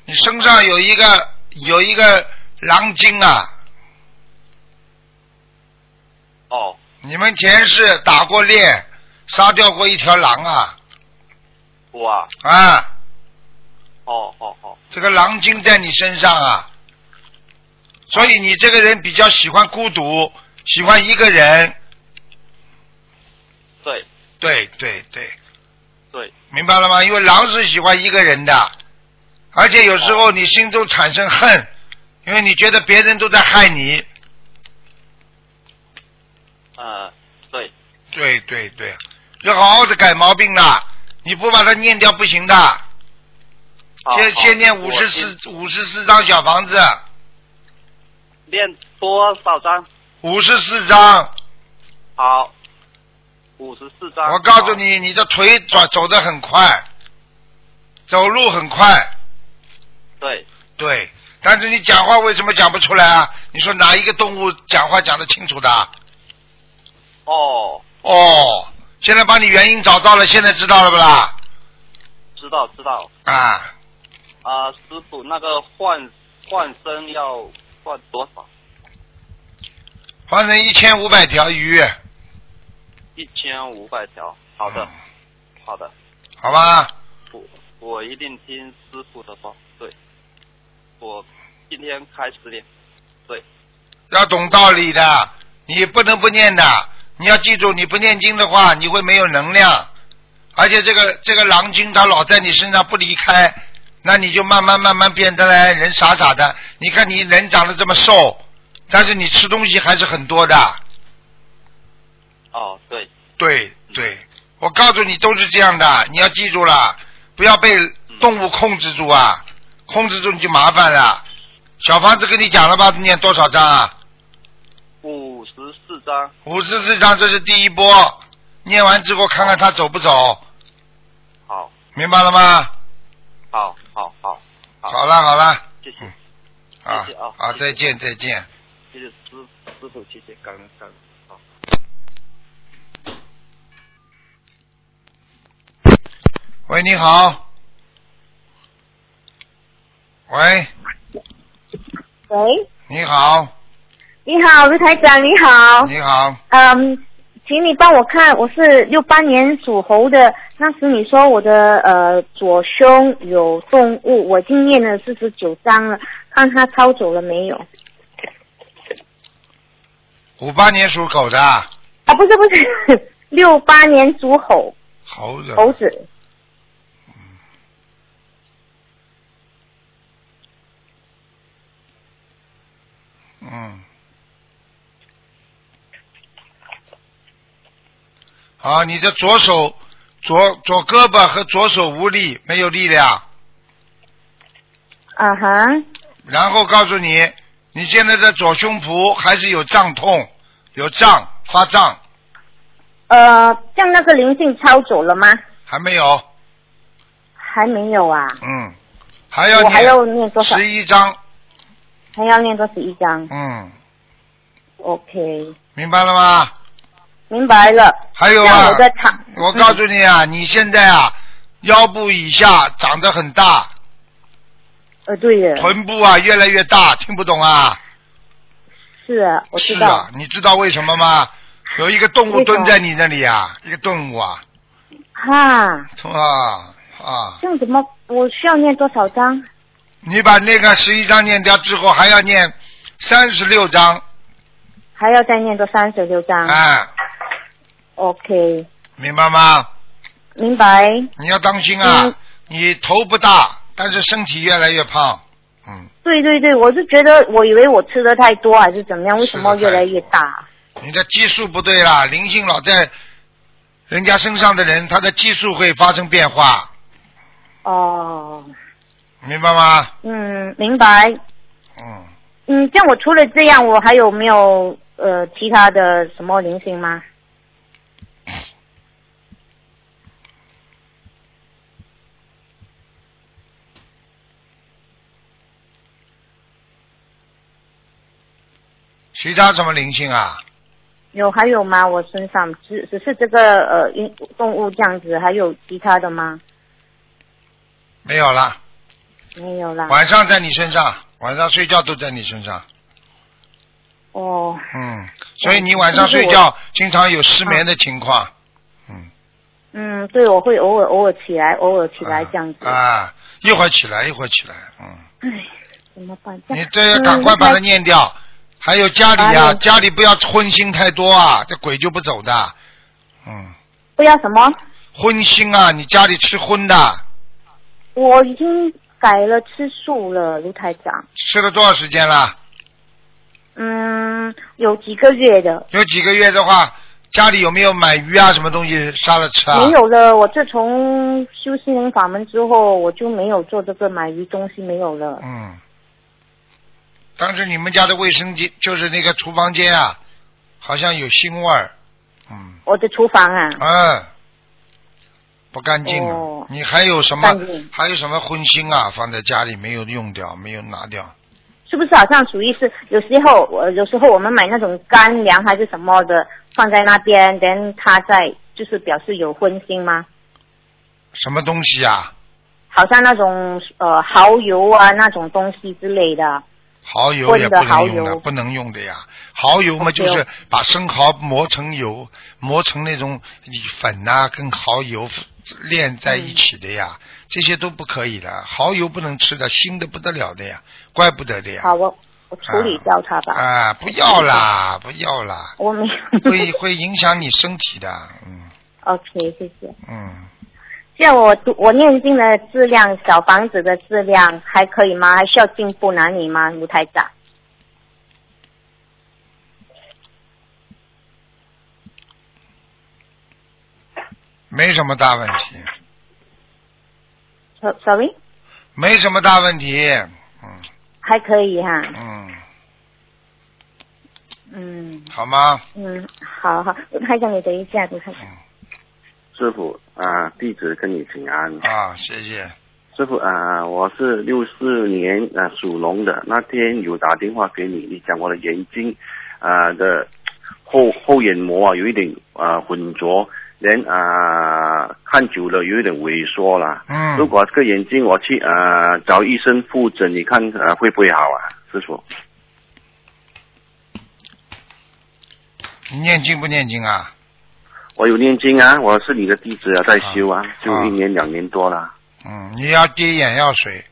A: 你身上有一个有一个狼精啊，
E: 哦，
A: 你们前世打过猎，杀掉过一条狼啊
E: 哇，
A: 啊，
E: 哦哦哦，
A: 这个狼精在你身上啊，所以你这个人比较喜欢孤独，喜欢一个人，
E: 对
A: 对对对，
E: 对，
A: 明白了吗？因为狼是喜欢一个人的，而且有时候你心中产生恨，因为你觉得别人都在害你。
E: 呃，对，
A: 对对对，要好好的改毛病啦！你不把它念掉不行的。
E: 好
A: 先
E: 好
A: 先念
E: 我
A: 五十
E: 先
A: 四五十四张小房子，
E: 念多少张？
A: 五十四张。
E: 好，五十四张。
A: 我告诉你，你的腿转走得很快，走路很快，
E: 好，对，
A: 对。但是你讲话为什么讲不出来啊？你说哪一个动物讲话讲得清楚的啊？
E: 哦，
A: 哦，现在把你原因找到了，现在知道了不啦？
E: 知道知道
A: 啊，
E: 啊、师傅，那个换换身要换多少？
A: 换成一千五百条鱼，
E: 一千五百条。好的，
A: 嗯
E: 好的，
A: 好吧？
E: 我我一定听师傅的话。对，我今天开始练。对，
A: 要懂道理的，你不能不念的。你要记住，你不念经的话，你会没有能量，而且这个这个狼精它老在你身上不离开，那你就慢慢慢慢变得来人傻傻的。你看你人长得这么瘦，但是你吃东西还是很多的。
E: 哦，对，
A: 对对，我告诉你都是这样的，你要记住了，不要被动物控制住啊，控制住你就麻烦了。小房子跟你讲了吧，念多少章啊？
E: 五十四张。
A: 五十四章，这是第一波，念完之后看看他走不走，
E: 好，
A: 明白了吗？
E: 好，好，好，好
A: 好了好了，
E: 谢谢，
A: 啊
E: 谢谢啊
A: 啊，
E: 谢谢
A: 再见再见。
E: 谢谢师师傅，谢谢，感恩感恩。好
A: 喂，你好。喂，
F: 喂，
A: 你好，
F: 你好，卢台长，你好。
A: 你好，
F: 嗯，请你帮我看，我是六八年属猴的。当时你说我的呃左胸有动物，我已经念了四十九章了，看他抄走了没有？
A: 五八年属狗的，
F: 啊，不是不是， 六八年属猴
A: 猴子，
F: 猴子，
A: 嗯，好，你的左手左左胳膊和左手无力，没有力量。
F: 啊哈，
A: 然后告诉你，你现在的左胸脯还是有胀痛，有胀发胀，
F: 呃，像那个灵性抄走了吗？
A: 还没有，
F: 还没有啊，
A: 嗯，还要
F: 我还要
A: 念
F: 念多少？
A: 十一章，
F: 还要念多十一章
A: 嗯，
F: ？OK，
A: 明白了吗？
F: 明白了。
A: 还有
F: 那
A: 啊
F: 我在嗯查，
A: 我告诉你啊，你现在啊，腰部以下长得很大，
F: 呃，对的，
A: 臀部啊越来越大，听不懂啊？
F: 是啊，我
A: 是
F: 知道
A: 啊。，你知道为什么吗？有一个动物蹲在你那里啊，一个动物啊，
F: 哈，
A: 啊啊！
F: 这样怎么？我需要念多少章？
A: 你把那个十一章念掉之后，还要念三十六章，
F: 还要再念多三十六章、
A: 哎，
F: o k
A: 明白吗？
F: 明白。
A: 你要当心啊，
F: 嗯
A: 你头不大，但是身体越来越胖，嗯，
F: 对对对，我是觉得，我以为我吃的太多还是怎么样？为什么越来越大？
A: 你的激素不对啦，灵性老在人家身上的人，他的激素会发生变化，
F: 哦，
A: 明白吗？
F: 嗯，明白。
A: 嗯，
F: 嗯，像我除了这样，我还有没有呃其他的什么灵性吗？
A: 其他什么灵性啊？
F: 有还有吗？我身上只只是这个呃因动物这样子，还有其他的吗？
A: 没有了，
F: 没有啦。
A: 晚上在你身上，晚上睡觉都在你身上，
F: 哦，
A: 嗯，所以你晚上睡觉经常有失眠的情况，嗯，
F: 嗯，对，我会偶尔偶尔起来，偶尔起来
A: 啊
F: 这样子。
A: 啊，一会儿起来，一会儿起来，嗯。
F: 唉，怎么办？这
A: 你
F: 样
A: 这要赶快把它。念掉。
F: 嗯
A: 还有家里
F: 把
A: 啊，
F: 你
A: 家里不要荤腥太多啊，这鬼就不走的。嗯，
F: 不要什么？
A: 荤腥啊，你家里吃荤的，
F: 我已经改了吃素了，卢台长。
A: 吃了多少时间了？
F: 嗯，有几个月的、
A: 有几个月的话，家里有没有买鱼啊，什么东西杀了吃啊？
F: 没。有了。我自从修心灵法门之后，我就没有做这个买鱼东西，没有了。
A: 嗯，当时你们家的卫生间就是那个厨房间啊，好像有腥味儿。嗯
F: 我的厨房啊，
A: 嗯，不干净啊！
F: 哦
A: 你还有什么
F: 干净？
A: 还有什么荤腥啊？放在家里没有用掉，没有拿掉。
F: 是不是好像属于是有时候我有时候我们买那种干粮还是什么的放在那边，等它在就是表示有荤腥吗？
A: 什么东西啊？
F: 好像那种呃蚝油啊那种东西之类的，
A: 蚝油
F: 混
A: 也
F: 的
A: 不能
F: 蚝
A: 用的，
F: 油
A: 不能用的呀。蚝油嘛，
F: 哦
A: 就
F: 对哦
A: 是把生蚝磨成油，磨成那种粉呐、跟蚝油炼在一起的呀，这些都不可以的。蚝油不能吃的，腥的不得了的呀，怪不得的呀。
F: 好，我我处理掉它吧。
A: 啊，不要啦，不要啦，
F: 我没
A: 会会影响你身体的，嗯
F: OK，谢谢。
A: 嗯。
F: 这样我读我念经的质量，小房子的质量还可以吗？还需要进步哪里吗？卢台长，
A: 没什么大问题，
F: So-，sorry，
A: 没什么大问题，嗯
F: 还可以哈、
A: 嗯，
F: 嗯
A: 好吗？嗯
F: 嗯，好好，卢台长你等一下，卢台长，
G: 师傅啊、弟子跟你请安。
A: 啊，谢谢。
G: 师傅啊、我是六四年啊、属龙的，那天有打电话给你，你讲我的眼睛啊、的后后眼膜啊有一点啊、混浊，人啊、看久了有一点萎缩了。
A: 嗯，
G: 如果这个眼睛我去啊、找医生复诊，你看啊、会不会好啊，师傅？
A: 你念经不念经啊？
G: 我有念经啊，我是你的弟子啊，在修啊，
A: 啊
G: 就一年两年多了，
A: 嗯，你要滴眼药水，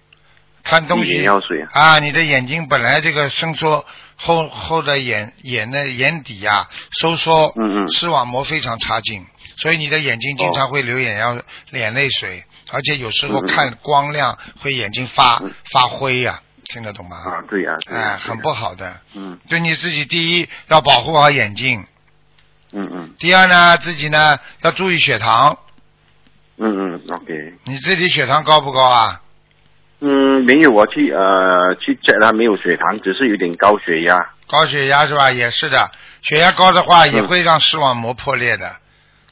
A: 看东
G: 眼
A: 西
G: 药水啊，
A: 啊。你的眼睛本来这个伸缩后后的眼眼的眼底啊收缩，
G: 嗯嗯
A: 视网膜非常差劲，所以你的眼睛经常会流眼药、眼泪水，而且有时候
G: 哦嗯嗯
A: 看光亮会眼睛发、
G: 嗯
A: 发灰呀、听得懂吗？
G: 啊，对呀、啊，对
A: 哎、
G: 呀、对呀
A: 很不，好的。
G: 嗯
A: 对你自己，第一要保护好眼睛，
G: 嗯嗯
A: 第二呢，自己呢要注意血糖。
G: 嗯嗯，OK，
A: 你自己血糖高不高啊？
G: 嗯，没有，我去呃去 check 他没有血糖，只是有点高血压，
A: 高血压是吧？也是的，血压高的话
G: 嗯
A: 也会让视网膜破裂的，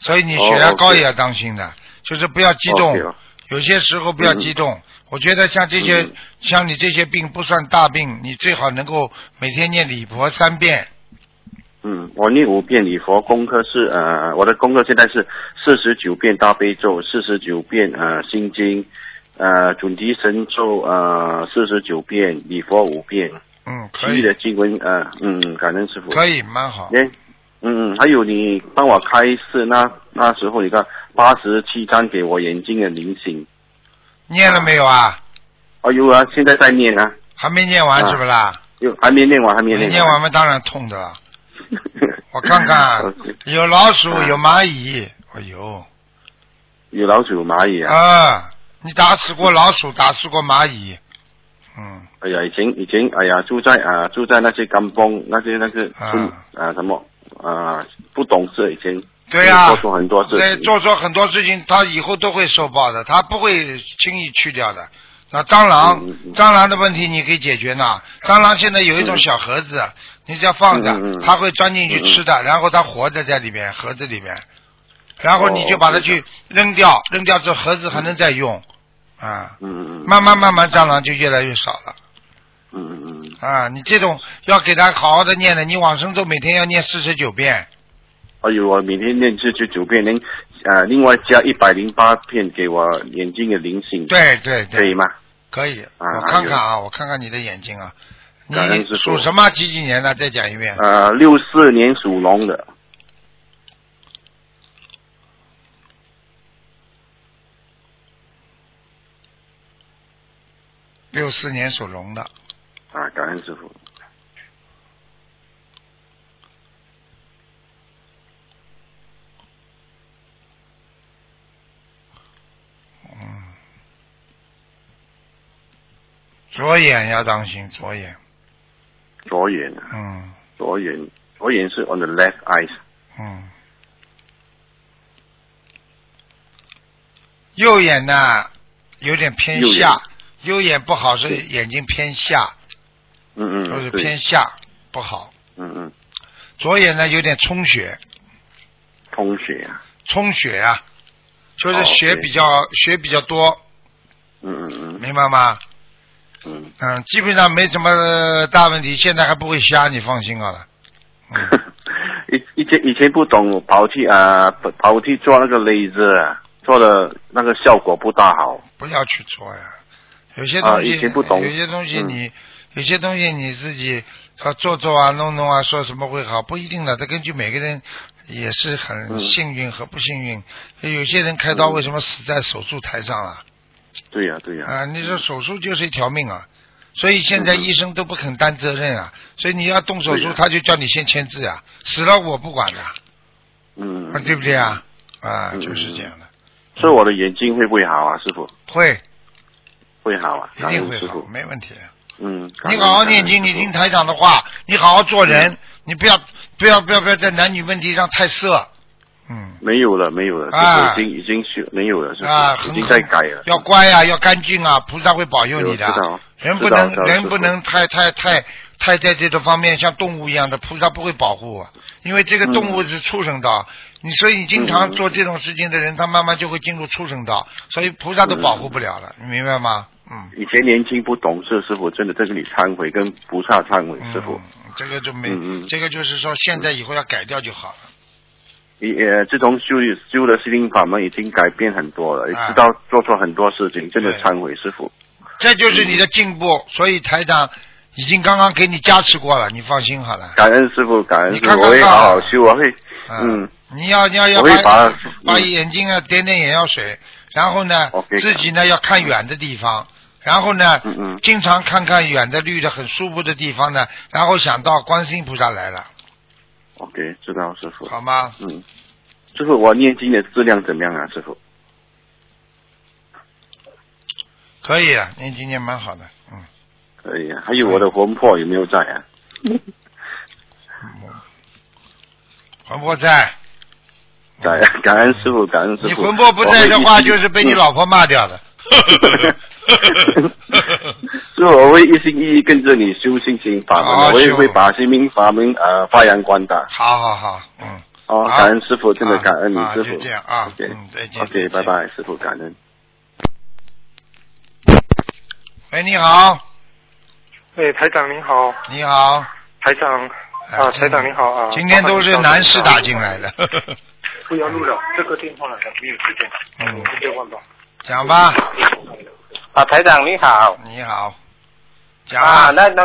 A: 所以你血压
G: 哦
A: 高
G: ，OK
A: 也要当心的，就是不要激动
G: OK 哦
A: 有些时候不要激动。我觉得像这些、
G: 嗯
A: 像你这些病不算大病，你最好能够每天念礼佛三遍。
G: 嗯，我念五遍礼佛，功课是呃，我的功课现在是四十九遍大悲咒，四十九遍呃心经，呃准提神咒呃四十九遍，礼佛五遍，
A: 嗯，
G: 其
A: 可
G: 余
A: 以
G: 的，经文呃嗯嗯，感恩师傅。
A: 可以，蛮好。
G: 嗯嗯，还有你帮我开示那那时候你看八十七张给我眼睛的灵性，
A: 念了没有啊？
G: 哎呦啊，现在在念啊，
A: 还没念完
G: 啊
A: 是不啦？
G: 又还没念完，还没
A: 没
G: 念
A: 念完
G: 完。
A: 嘛，当然痛的了。 我看看
G: OK，
A: 有老鼠，
G: 啊
A: 有蚂蚁。哎呦，
G: 有老鼠蚂蚁啊！
A: 啊，你打死过老鼠，打死过蚂蚁，嗯，
G: 哎呀，以前以前哎呀，住在啊、住在那些甘崩那些那个
A: 啊
G: 村啊什么啊、不懂事以前
A: 对呀、
G: 做出很多事
A: 对，
G: 情
A: 做错很多事情，他以后都会受报的，他不会轻易去掉的。那蟑螂
G: 嗯嗯，嗯
A: 蟑螂的问题你可以解决呢。蟑螂现在有一种
G: 嗯
A: 小盒子，你只要放着，
G: 嗯嗯嗯
A: 它会钻进去
G: 嗯嗯
A: 吃的，然后它活着在里面盒子里面，然后
G: 哦
A: 你就把它
G: 对的
A: 去扔掉，扔掉之后盒子还能再用，啊，
G: 嗯嗯嗯
A: 慢慢慢慢蟑螂就越来越少了。
G: 嗯嗯嗯，
A: 啊，你这种要给他好好的念的，你往生咒每天要念四十九遍，
G: 哎呦，我每天念这就九遍，您呃另外加一百零八片给我眼睛的灵性，
A: 对对
G: 可以
A: 对，
G: 吗？
A: 可以。
G: 啊
A: 我看看啊，我看看你的眼睛啊，你
G: 感恩师父
A: 属什么？几几年的？再讲一遍。
G: 呃，六四年属龙的，
A: 六四年属龙的，
G: 啊，感恩师傅。
A: 嗯左眼要当心，左眼，
G: 左眼，啊
A: 嗯
G: 左眼，左眼是 on the left eye，
A: 嗯。右眼呢，有点偏
G: 右眼
A: 下，右眼不好是
G: 对
A: 眼睛偏下，
G: 嗯
A: 就
G: 嗯，
A: 是
G: 对，
A: 偏下不好。
G: 嗯嗯，
A: 左眼呢有点充血，
G: 充血啊，
A: 充血啊，就是
G: 哦
A: 血
G: 对
A: 比较、血比较多，
G: 嗯嗯嗯
A: 明白吗？
G: 嗯，
A: 嗯，基本上没什么大问题，现在还不会瞎，你放心好了。嗯
G: 以以前以前不懂，跑去啊跑跑去做那个 laser，做的那个效果不大好，
A: 不要去做呀，有些
G: 啊
A: 东西、
G: 以前不懂
A: 有些东西
G: 嗯
A: 你、有些东西你自己要做做啊、弄弄啊，说什么会好，不一定的。它根据每个人也是很
G: 嗯
A: 幸运和不幸运。有些人开刀为什么死在手术台上了？
G: 对呀、对呀、
A: 啊，你说手术就是一条命啊，所以现在
G: 嗯
A: 医生都不肯担责任啊，所以你要动手
G: 对
A: 术，
G: 呀
A: 他就叫你先签字啊，死了我不管的，啊，
G: 嗯，
A: 对不对？啊？啊，
G: 嗯
A: 就是这样的，
G: 所以我的眼睛会不会好啊，师傅？
A: 会
G: 会好啊，
A: 一
G: 感
A: 定
G: 恩
A: 会
G: 师
A: 好
G: 傅，。
A: 没问题。
G: 嗯，
A: 你好好念经，你听台长的话，你好好做人，你不要不要不要不要在男女问题上太色，嗯
G: 没有了，没有了，
A: 啊
G: 师傅已经已经修没有了，师傅、
A: 啊，
G: 已
A: 很
G: 经
A: 好
G: 在改了。
A: 要乖啊，要干净啊，菩萨会保佑你的啊。
G: 知道
A: 人不能
G: 知道知道
A: 人不能太太太太在这个方面像动物一样的，菩萨不会保护我，因为这个动物是畜生道，你所以你经常
G: 嗯
A: 做这种事情的人，他慢慢就会进入畜生道，所以菩萨都保护不了了，你明白吗？嗯，
G: 以前年轻不懂事，师傅真的在这里忏悔，跟菩萨忏悔，师傅
A: 嗯。，这个就没，
G: 嗯嗯
A: 这个就是说现在以后要改掉就好了。
G: 你呃，自从修修了心灵法门，已经改变很多了，也
A: 啊
G: 知道做错很多事情，真的
A: 对
G: 忏悔，师傅。
A: 这就是你的进步，所以台长已经刚刚给你加持过了，你放心好了。
G: 感恩师傅，感恩
A: 你
G: 师
A: 看
G: 傅，
A: 看
G: 我会
A: 看
G: 好好修，我会，
A: 啊
G: 嗯，
A: 你要你要要
G: 我会
A: 把
G: 把嗯
A: 眼睛啊点点眼药水，然后呢
G: OK，
A: 自己呢要看远的地方，然后呢
G: 嗯嗯
A: 经常看看远的绿的很舒服的地方呢，然后想到观世音菩萨来了，
G: ，OK，知道师傅。
A: 好吗？
G: 嗯，师傅，我念经的质量怎么样啊？师傅，
A: 可以啊，念经念蛮好的，嗯，
G: 可以啊。还有我的魂魄有没有在啊？
A: 魂魄在，
G: 感啊感恩师傅，感恩师傅。
A: 你魂魄不在的
G: 我
A: 话，
G: 会一心
A: 就
G: 嗯
A: 是被你老婆骂掉的。
G: 师傅，我会一心一意跟着你修心灵法门的，
A: 好
G: 我也
A: 哦修
G: 会把心灵法门呃发扬光大。
A: 好好好，嗯。
G: 哦，
A: 好
G: 感恩师傅，真的
A: 啊
G: 感恩你
A: 啊
G: 师傅。
A: 就这样啊
G: OK，
A: 嗯再见再
G: OK，
A: 见
G: 拜拜，师傅感恩。
A: 喂，你好，
H: 哎，台长您好，
A: 你好。哎
H: 台长啊，台长您好啊，
A: 今天都是男士打进来的，
H: 不要录了，这个电话了，没有时间，
A: 嗯，
H: 电话吧。
A: 讲吧，
I: 啊，台长你好。
A: 你好，讲
I: 啊，
A: 吧，
I: 那那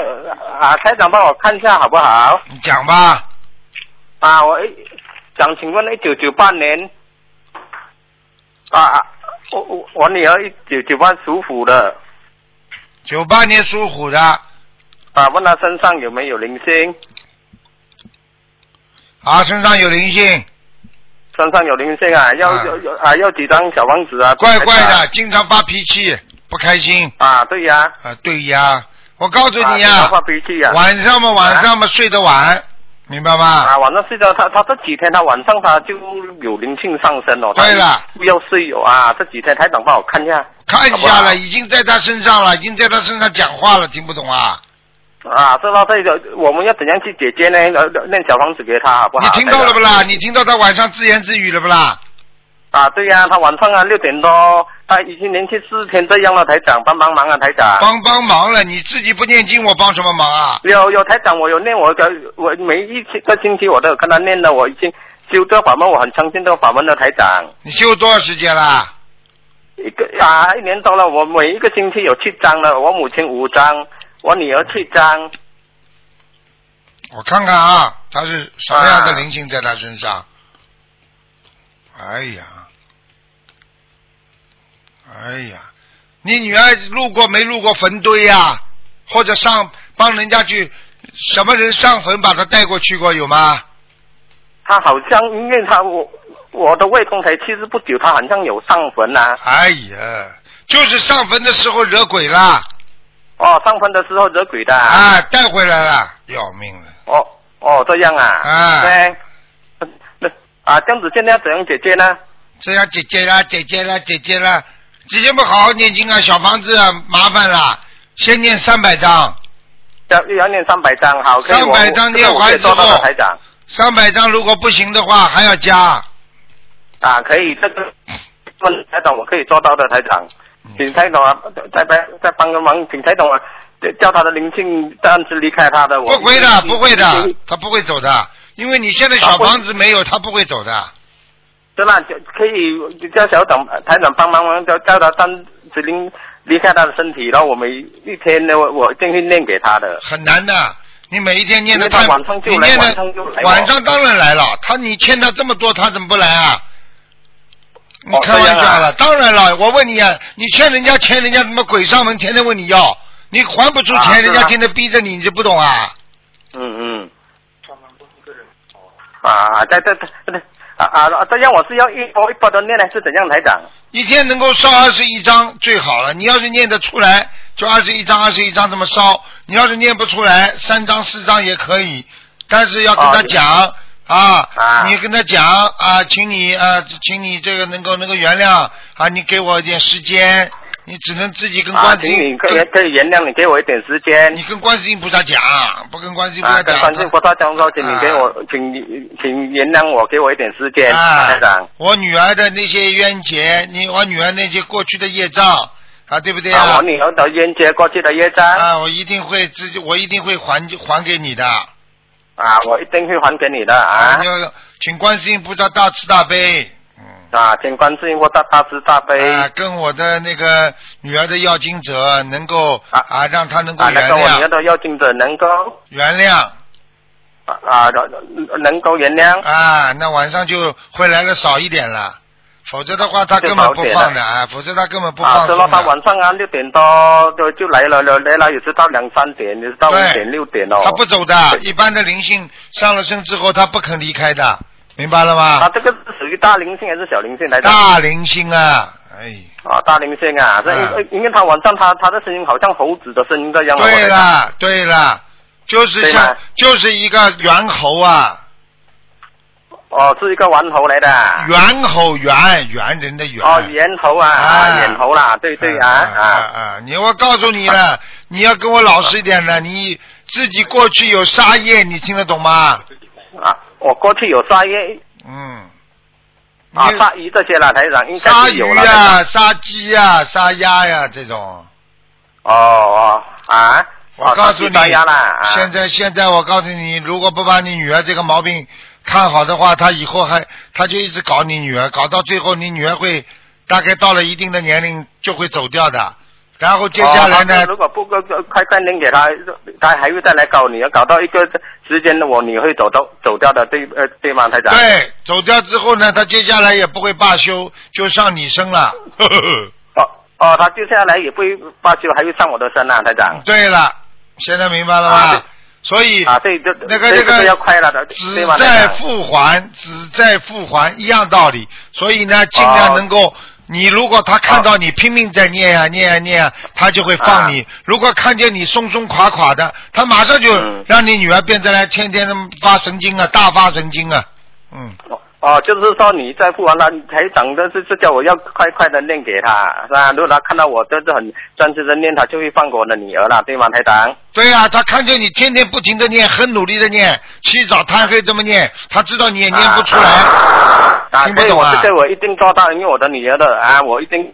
I: 啊，台长帮我看一下好不好？
A: 你讲吧，
I: 啊，我一想请问一九九八年，啊，我我我女儿一九九八属虎的，
A: 九八年属虎的
I: 啊，问她身上有没有灵性？
A: 啊，身上有灵性，
I: 身上有灵性啊，要
A: 啊
I: 要要啊，要几张小房子啊？
A: 怪怪
I: 台
H: 哎
A: 的，
I: 长。
A: 经常发脾气，不开心
I: 啊，对呀、啊。
A: 啊，对呀，我告诉你呀
I: 经常，发脾气呀、啊。
A: 晚上嘛晚上嘛睡得晚，明白
H: 啊
A: 吗？
I: 晚上睡觉，她她这几天她晚上她就有灵性上升哦。她
A: 对了
I: 不要睡哦啊！这几天台长帮我看一下。
A: 看一
I: 好不
A: 下
I: 好
A: 了，已经在他身上了，已经在他身上讲话了，听不懂啊？
I: 啊，这到这个我们要怎样去解决呢？呃，念小房子给他好不好？哎
A: 你听到了不
I: 台
A: 啦？
I: 长
A: 你听到他晚上自言自语了不啦？
I: 啊，对呀、他晚上啊六点多，他已经连续四天这样了，台长帮帮忙啊，台长。
A: 帮帮忙了，你自己不念经，我帮什么忙啊？
I: 有有台长，我有念我的，我每一个星期我都有跟他念的，我已经修这个法门，我很相信这个法门的台长。
A: 你修多少时间啦？
I: 一个啊，一年多了，我每一个星期有七张了，我母亲五张，我女儿七张。
A: 我看看啊，他是什么样的
I: 啊
A: 灵性在他身上？哎呀，哎呀，你女儿路过没路过坟堆呀、或者上帮人家去什么人上坟把她带过去过有吗？
I: 她好像因为她我我的外公才去世不久，她好像有上坟啊。
A: 哎呀，就是上坟的时候惹鬼啦，
I: 哦，上坟的时候惹鬼的啊。
A: 啊，带回来了，要命了。
I: 哦哦，这样啊。
A: 啊
I: 对。那啊，这样子现在要怎样解决呢？
A: 这样姐姐啦，姐姐啦，姐姐啦，姐姐们好好念经啊，小房子啊麻烦啦，先念三百张，
I: 要要念三百张，好，可以。
A: 300
I: 我
A: 张
I: 这个我可
A: 念
I: 以
A: 完
I: 做
A: 之后
I: 到的，台长。
A: 三百张如果不行的话还要加。
I: 啊，可以，这个问台长，我可以做到的，台长。
A: 嗯
I: 请台长啊，再再再帮个忙，请台长啊，叫他的灵性暂时离开他的。我
A: 不会的，
I: 嗯
A: 不会的，他不会走的，因为你现在小房子没有，他不会走的。
I: 对啦，就可以叫小董台长帮忙忙，叫叫他暂时灵离开他的身体，然后我每一天呢，我我一定会念给他的。
A: 很难的，你每一天念的
I: 因为
A: 太，
I: 他晚上就
A: 你
I: 来
A: 念
I: 晚
A: 的
I: 上就来哦嘛
A: 晚上当然来了，他你欠他这么多，他怎么不来啊？你
I: 哦
A: 开玩
I: 这样
A: 笑
I: 啊
A: 了，当然了，我问你啊，你欠人家钱，人家什么鬼上门，天天问你要，你还不出钱，
I: 啊是
A: 人家
I: 啊
A: 天天逼着你，你就不懂啊？
I: 嗯嗯。啊，在在在在啊啊！这样我是要一波一波的念还是怎样，台长？
A: 一天能够烧二十一张最好了，你要是念得出来，就二十一张、二十一张这么烧；你要是念不出来，三张、四张也可以，但是要跟他讲。啊，
I: 啊
A: 你跟他讲啊，请你啊，请你这个能够能够原谅啊，你给我一点时间，你只能自己跟
I: 啊，
A: 观世
I: 请
A: 音
I: 你可
A: 跟
I: 以可以原谅你，给我一点时间
A: 你。跟观世音菩萨讲，不跟观世音菩
I: 啊，
A: 萨
I: 跟
A: 讲，
I: 观世菩萨讲说，请你
A: 啊
I: 给我，请你请原谅我，给我一点时间，
A: 啊
I: 台长。
A: 我女儿的那些冤结，你我女儿那些过去的业障啊，对不对
I: 啊，我女儿的冤结过去的业障
A: 啊，我一定会自己，我一定会还还给你的。
I: 啊，我一定会还给你的啊
A: 你要请观世音菩萨大慈大悲。嗯。
I: 啊！请观世音菩萨大慈大悲
A: 啊，跟我的那个女儿的要经者能够
I: 啊
A: 啊，让她能够
I: 啊，
A: 原
I: 能够我女儿
A: 谅，
I: 的要经者能够
A: 原谅
I: 啊啊能够原谅
A: 啊，那晚上就会来的少一点了，否则的话她根本不放的啊，否则她根本不
I: 啊，
A: 放
I: 知
A: 松
I: 道他
A: 的。
I: 晚上啊六点多就就来了，了来了也是到两三点，也是到五
A: 对
I: 点六点哦。
A: 她不走的，一般的灵性上了身之后，她不肯离开的，明白了
I: 他
A: 吗？
I: 啊这个是属于大灵性还是小灵性来的？
A: 大灵性啊，哎。
I: 啊，大灵性啊，这
A: 啊
I: 因因为他晚上他他的声音好像猴子的声音这样啊。
A: 对
I: 了，
A: 啦，对啦，就是
I: 对
A: 像
I: 吗
A: 就是一个猿猴啊，
I: 哦，是一个猿猴来的啊。
A: 猿猴猿猿人的猿。
I: 哦，猿猴啊，
A: 啊
I: 啊，猿猴啦，对对啊
A: 啊
I: 啊
A: 啊！你我告诉你了，你要跟我老实一点的，你自己过去有杀业，你听得懂吗？
I: 啊！我过去有杀鱼
A: 嗯。
I: 啊，
A: 你
I: 杀鱼这些啦，台长应该
A: 杀
I: 是有
A: 鱼
I: 了。台长
A: 啊，杀鸡啊，杀鸭呀、这种。
I: 哦哦啊！
A: 我告诉你，
I: 大家啦，啊
A: 现在现在我告诉你，如果不把你女儿这个毛病看好的话，她以后还她就一直搞你女儿，搞到最后你女儿会大概到了一定的年龄就会走掉的。然后接下来
I: 哦他
A: 呢
I: 说，如果不够快快点给他，他还会再来搞你，要搞到一个时间我你会走到走掉的，对呃对吗，台长？
A: 对，走掉之后呢，她接下来也不会罢休，就上你身 了。呵呵呵
I: 哦哦，他接下来也不会罢休，还会上我的身啊，台长。
A: 对了，现在明白了吧？
I: 啊对
A: 所以
I: 啊，对，这
A: 嗯那个
I: 这
A: 那个
I: 要快了的，
A: 子
I: 对吗，台
A: 在
I: 长？
A: 父还，子在父还，一样道理。所以呢，尽量
I: 哦
A: 能够，你如果他看到你拼命在念呀、念呀、念呀、啊他就会
I: 啊
A: 放你；如果看见你松松垮垮的，他马上就
I: 嗯
A: 让你女儿变成来天天那么发神经啊，大发神经啊。嗯，
I: 哦哦，就是说你在付完了，台长的是是叫我要快快的念给他，是吧？如果他看到我真的很专心的念，他就会放过我的女儿了，对吗，台长？
A: 对呀、他看见你天天不停的念，很努力的念，起早贪黑这么念，他知道你也哎念不出来。
I: 啊啊，
A: 听不
I: 所以
A: 懂
I: 我
A: 啊
I: 这个我一定做到，因为我的女儿的啊，我一定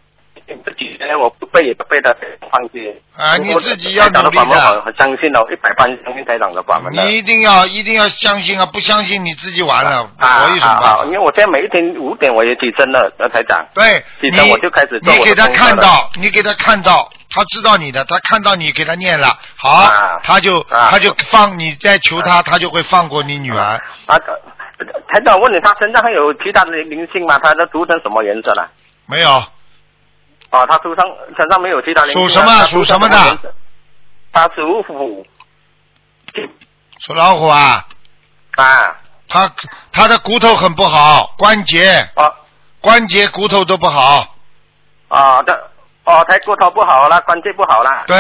I: 自己呢，我不背也不背的放心。
A: 啊你自己要
I: 台长
A: 努
I: 的
A: 力的
I: 法门我很相信哦，一百万相信台长的法门的。
A: 你一定要一定要相信啊！不相信你自己完了，
I: 啊
A: 我有什
I: 啊
A: 么办
I: 啊
A: 法？！
I: 因为我现在每一天五点我也起身了，呃台长。
A: 对，
I: 起
A: 你
I: 身我就开始做
A: 你
I: 我的
A: 给他
I: 功课
A: 看
I: 了
A: 到，你给他看到，他知道你的，他看到你给他念了，好，
I: 啊
A: 他就、
I: 啊
A: 他就放你再求他，他就会放过你女儿。
I: 啊，呃台长，我问你，他身上还有其他的灵性吗？他的涂成什么颜色了？
A: 没有，
I: 哦，他涂上身上没有其他灵性啊。
A: 属什么
I: 他涂上
A: 属什么的
I: 颜色？他属虎
A: 属老虎啊，
I: 啊，
A: 他他的骨头很不好，关节
I: 哦
A: 关节骨头都不好，
I: 哦，他哦，他骨头不好了，关节不好了。
A: 对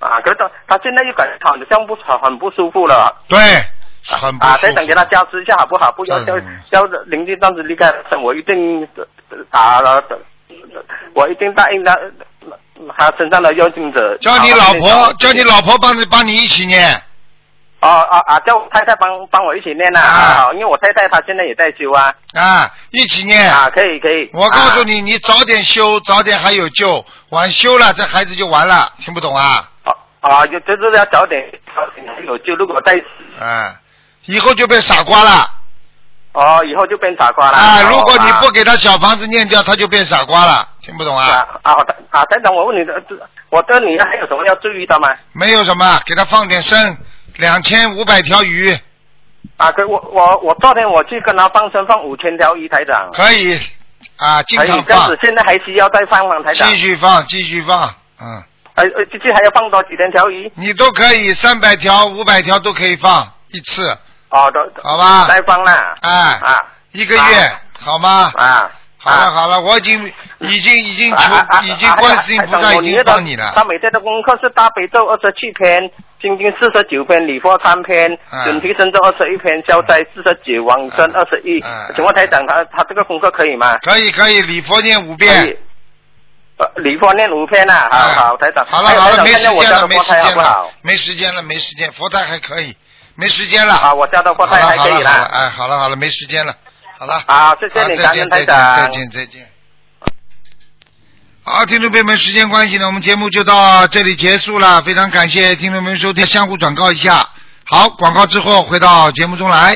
I: 啊，可是他他现在又感觉好像不很很不舒服了。
A: 对，很不
I: 啊，
A: 舒
I: 台长
A: 服
I: 给他加持一下好不好？不要叫
A: 嗯
I: 叫邻居这样子离开，我一定打了，我一定答应他，呃他身上的妖精者。
A: 叫你老
I: 啊
A: 婆，叫你老婆帮你帮你一起念，
I: 哦啊啊！叫我太太帮帮我一起念呐、
A: 啊
I: 啊，因为我太太她现在也在修啊，
A: 啊，一起念。
I: 啊，可以可以。
A: 我告诉你，你早点修，早点还有救，晚修了这孩子就完了，听不懂啊？
I: 啊，啊，就就是要早点早点有救，如果再
A: 啊，以后就变傻瓜了。
I: 哦，以后就变傻瓜了。
A: 啊，
I: 哦
A: 如果你不
I: 啊
A: 给他小房子念掉，他就变傻瓜了，听不懂啊？
I: 啊啊好的啊，台长，我问你的，这我这里还有什么要注意的吗？
A: 没有什么，给他放点生，两千五百条鱼
I: 啊，可我我我昨天我去跟他放生放五千条鱼，台长。
A: 可以啊，经
I: 可以
A: 常
I: 这样
A: 放
I: 子，，现在还需要再放吗，台长？
A: 继续放，继续放，嗯，
I: 呃呃，继续还要放多几千条鱼？
A: 你都可以三百条、五百条都可以放一次，
I: 哦，都
A: 好吧？
I: 再放啦。
A: 哎，
I: 啊
A: 一个月好吗？
I: 啊。
A: 好了好了，我已经已经已经求已经观世音菩萨已经帮你
I: 他
A: 了，
I: 每天的功课是大悲咒二十七篇，心经四十九篇，礼佛三篇，准提神咒二十一篇，消灾四十九，往生二十一。请问台长，他他这个功课可以吗？
A: 可以可以，礼佛念五
I: 可
A: 遍
I: 以，哎呃，礼佛念五篇呐，
A: 哎
I: 好好，台长。
A: 好了
I: 还有
A: 好了，
I: 台
A: 没
I: 长
A: 时
I: 看看我
A: 间
I: 家
A: 了
I: 的
A: 没
I: 佛
A: 时
I: 台好
A: 间
I: 不好
A: 了？没时间了没时间，佛台还可以，没时间了。
I: 啊，我家的佛
A: 好
I: 台
A: 了
I: 还
A: 好
I: 可
A: 了
I: 以
A: 好了，
I: 啦。
A: 哎，好了好了，没时间了，好了。
I: 好，谢
A: 好
I: 谢你，
A: 再
I: 感恩
A: 见
I: 台
A: 再见
I: 长。
A: 再见再见。好，听众朋友们，时间关系呢，我们节目就到这里结束了。非常感谢听众朋友们收听，相互转告一下。好，广告之后回到节目中来。